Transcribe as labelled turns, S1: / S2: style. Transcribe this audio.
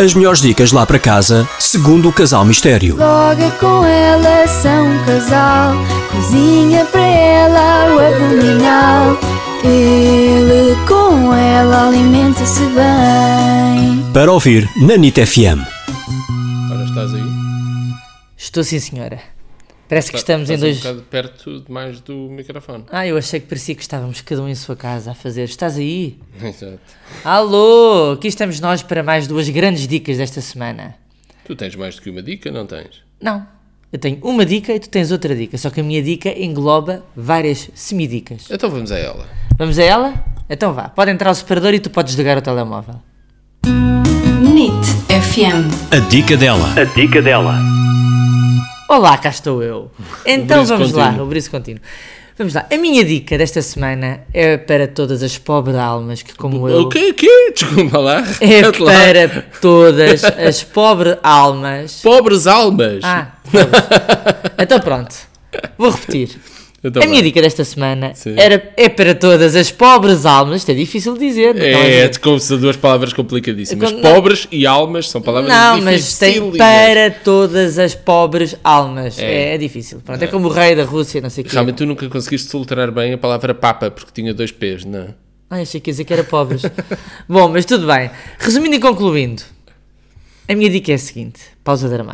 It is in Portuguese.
S1: As melhores dicas lá para casa, segundo o Casal Mistério.
S2: Logo é com ela são um casal, cozinha para ela o abdominal. Ele com ela alimenta-se bem.
S1: Para ouvir na NIT FM.
S3: Ora, estás aí?
S4: Estou sim, senhora. Parece que estamos em
S3: Estás
S4: dois.
S3: um bocado perto demais do microfone.
S4: Ah, eu achei que parecia que estávamos cada um em sua casa a fazer. Estás aí?
S3: Exato.
S4: Alô! Aqui estamos nós para mais duas grandes dicas desta semana.
S3: Tu tens mais do que uma dica, não tens?
S4: Não. Eu tenho uma dica e tu tens outra dica, só que a minha dica engloba várias semidicas.
S3: Então vamos a ela.
S4: Vamos a ela? Então vá, pode entrar o separador e tu podes desligar o telemóvel.
S5: NIT FM.
S1: A dica dela.
S6: A dica dela.
S4: Olá, cá estou eu. Então
S3: briso
S4: vamos lá,
S3: contínuo.
S4: o briso contínuo. Vamos lá, a minha dica desta semana é para todas as pobre almas que, como eu.
S3: O que é que é? Desculpa lá.
S4: É
S3: repete lá.
S4: para todas as pobres almas.
S3: Pobres almas.
S4: Ah, pobres. então pronto, vou repetir.
S3: Então
S4: é a minha
S3: vá.
S4: dica desta semana
S3: Sim.
S4: era, é para todas as pobres almas. Isto é difícil de dizer. não
S3: É,
S4: é?
S3: desculpa, são duas palavras complicadíssimas.
S4: Quando-
S3: Pobres e almas são palavras
S4: Não, mas tem
S3: dificílimas.
S4: para todas as pobres almas.
S3: É.
S4: É, é difícil. Pronto, é. como o rei da Rússia, não sei o quê.
S3: Realmente tu nunca conseguiste soltar bem a palavra papa, porque tinha dois P's, não é?
S4: Ai, achei que ia dizer que era pobres. Bom, mas tudo bem. Resumindo e concluindo, a minha dica é a seguinte: pausa dramática.